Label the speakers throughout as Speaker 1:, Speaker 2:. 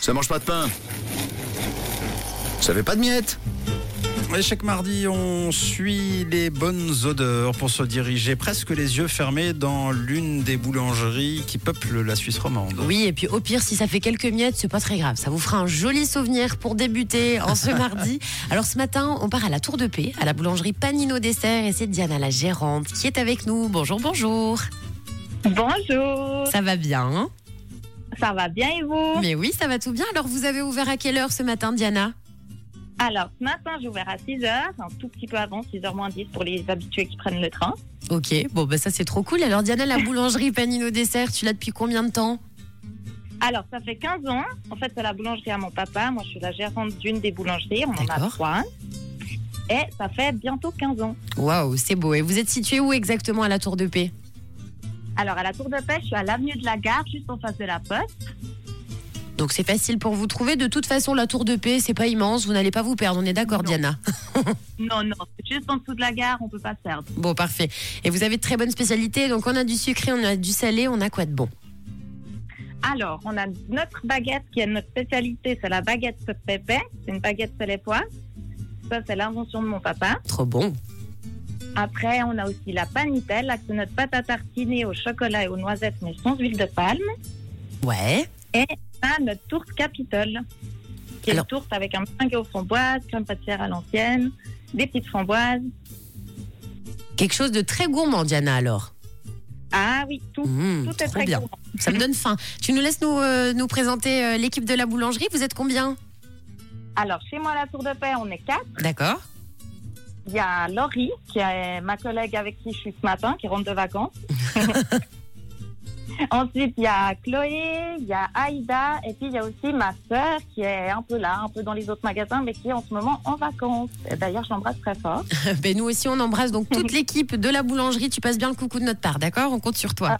Speaker 1: Ça mange pas de pain. Ça fait pas de miettes.
Speaker 2: Et chaque mardi, on suit les bonnes odeurs pour se diriger presque les yeux fermés dans l'une des boulangeries qui peuplent la Suisse romande.
Speaker 3: Oui, et puis au pire, si ça fait quelques miettes, c'est pas très grave. Ça vous fera un joli souvenir pour débuter en ce mardi. Alors ce matin, on part à la Tour de Paix, à la boulangerie Panino Dessert, et c'est Diana, la gérante, qui est avec nous. Bonjour, bonjour.
Speaker 4: Bonjour,
Speaker 3: Ça va bien hein
Speaker 4: ça va bien et vous
Speaker 3: Mais oui, ça va tout bien. Alors vous avez ouvert à quelle heure ce matin, Diana
Speaker 4: Alors, ce matin, j'ai ouvert à 6h, un tout petit peu avant, 6h moins 10 pour les habitués qui prennent le train.
Speaker 3: Ok, bon, bah ça c'est trop cool. Alors Diana, la boulangerie Panino Dessert, tu l'as depuis combien de temps
Speaker 4: Alors, ça fait 15 ans, en fait, c'est la boulangerie à mon papa. Moi, je suis la gérante d'une des boulangeries, on en a
Speaker 3: D'accord.
Speaker 4: trois. Et ça fait bientôt 15 ans.
Speaker 3: Waouh, c'est beau. Et vous êtes situé où exactement à la Tour de Paix
Speaker 4: Alors, à la Tour de Pêche, je suis à l'avenue de la Gare, juste en face de la Poste.
Speaker 3: Donc c'est facile pour vous trouver. De toute façon, la Tour de Paix, c'est pas immense. Vous n'allez pas vous perdre. On est d'accord,
Speaker 4: Non.
Speaker 3: Diana.
Speaker 4: Non, non, c'est juste en dessous de la gare, on peut pas se perdre.
Speaker 3: Bon, parfait. Et vous avez de très bonnes spécialités. Donc on a du sucré, on a du salé, on a quoi de bon
Speaker 4: Alors, on a notre baguette qui est notre spécialité, c'est la baguette pépé, c'est une baguette sel et pois. Ça, c'est l'invention de mon papa.
Speaker 3: Trop bon.
Speaker 4: Après, on a aussi la panitelle, là, c'est notre pâte à tartiner au chocolat et aux noisettes, mais sans huile de palme.
Speaker 3: Ouais.
Speaker 4: On a notre tourte Capitole, qui est
Speaker 3: Alors-
Speaker 4: une tourte avec un pain aux framboises, crème pâtissière à l'ancienne, des petites framboises.
Speaker 3: Quelque chose de très gourmand, Diana, alors.
Speaker 4: Ah oui, tout,
Speaker 3: Mmh,
Speaker 4: tout est
Speaker 3: trop
Speaker 4: très
Speaker 3: bien.
Speaker 4: gourmand.
Speaker 3: Ça me donne faim. Tu nous laisses nous, euh, nous présenter euh, l'équipe de la boulangerie. Vous êtes combien
Speaker 4: Alors, chez moi, à la Tour de Paix, on est quatre.
Speaker 3: D'accord.
Speaker 4: Il y a Laurie, qui est ma collègue avec qui je suis ce matin, qui rentre de vacances. Ensuite, il y a Chloé, il y a Aïda, et puis il y a aussi ma sœur qui est un peu là, un peu dans les autres magasins, mais qui est en ce moment en vacances. Et D'ailleurs, je l'embrasse très fort.
Speaker 3: Ben, nous aussi, on embrasse donc toute l'équipe de la boulangerie. Tu passes bien le coucou de notre part, d'accord On compte sur toi.
Speaker 4: Ah.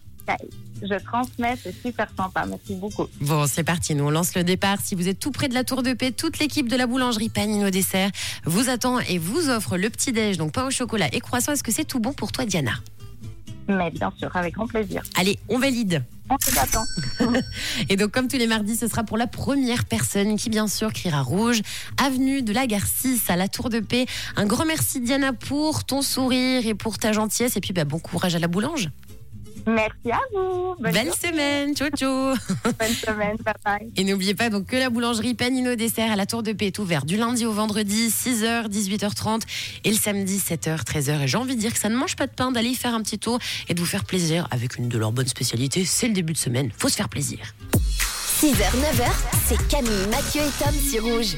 Speaker 4: Je transmets, c'est super sympa, merci beaucoup.
Speaker 3: Bon, c'est parti, nous on lance le départ. Si vous êtes tout près de la Tour de Paix, toute l'équipe de la boulangerie Panino Dessert vous attend et vous offre le petit-déj, donc pain au chocolat et croissant. Est-ce que c'est tout bon pour toi, Diana
Speaker 4: Mais bien sûr, avec grand plaisir.
Speaker 3: Allez, on valide.
Speaker 4: On vous attend.
Speaker 3: Et donc, comme tous les mardis, ce sera pour la première personne qui, bien sûr, criera rouge, avenue de la Gare 6 à la Tour de Paix. Un grand merci, Diana, pour ton sourire et pour ta gentillesse. Et puis, bah, bon courage à la boulange.
Speaker 4: Merci à vous. Bonne,
Speaker 3: Belle semaine, ciao, ciao
Speaker 4: bonne semaine, bye bye.
Speaker 3: Et n'oubliez pas donc que la boulangerie Panino Dessert à la Tour de Paix est ouverte du lundi au vendredi 6h, 18h30 et le samedi 7h, 13h. Et j'ai envie de dire que ça ne mange pas de pain d'aller y faire un petit tour et de vous faire plaisir avec une de leurs bonnes spécialités. C'est le début de semaine, faut se faire plaisir.
Speaker 5: 6h, 9h, c'est Camille, Mathieu et Tom sur Rouge.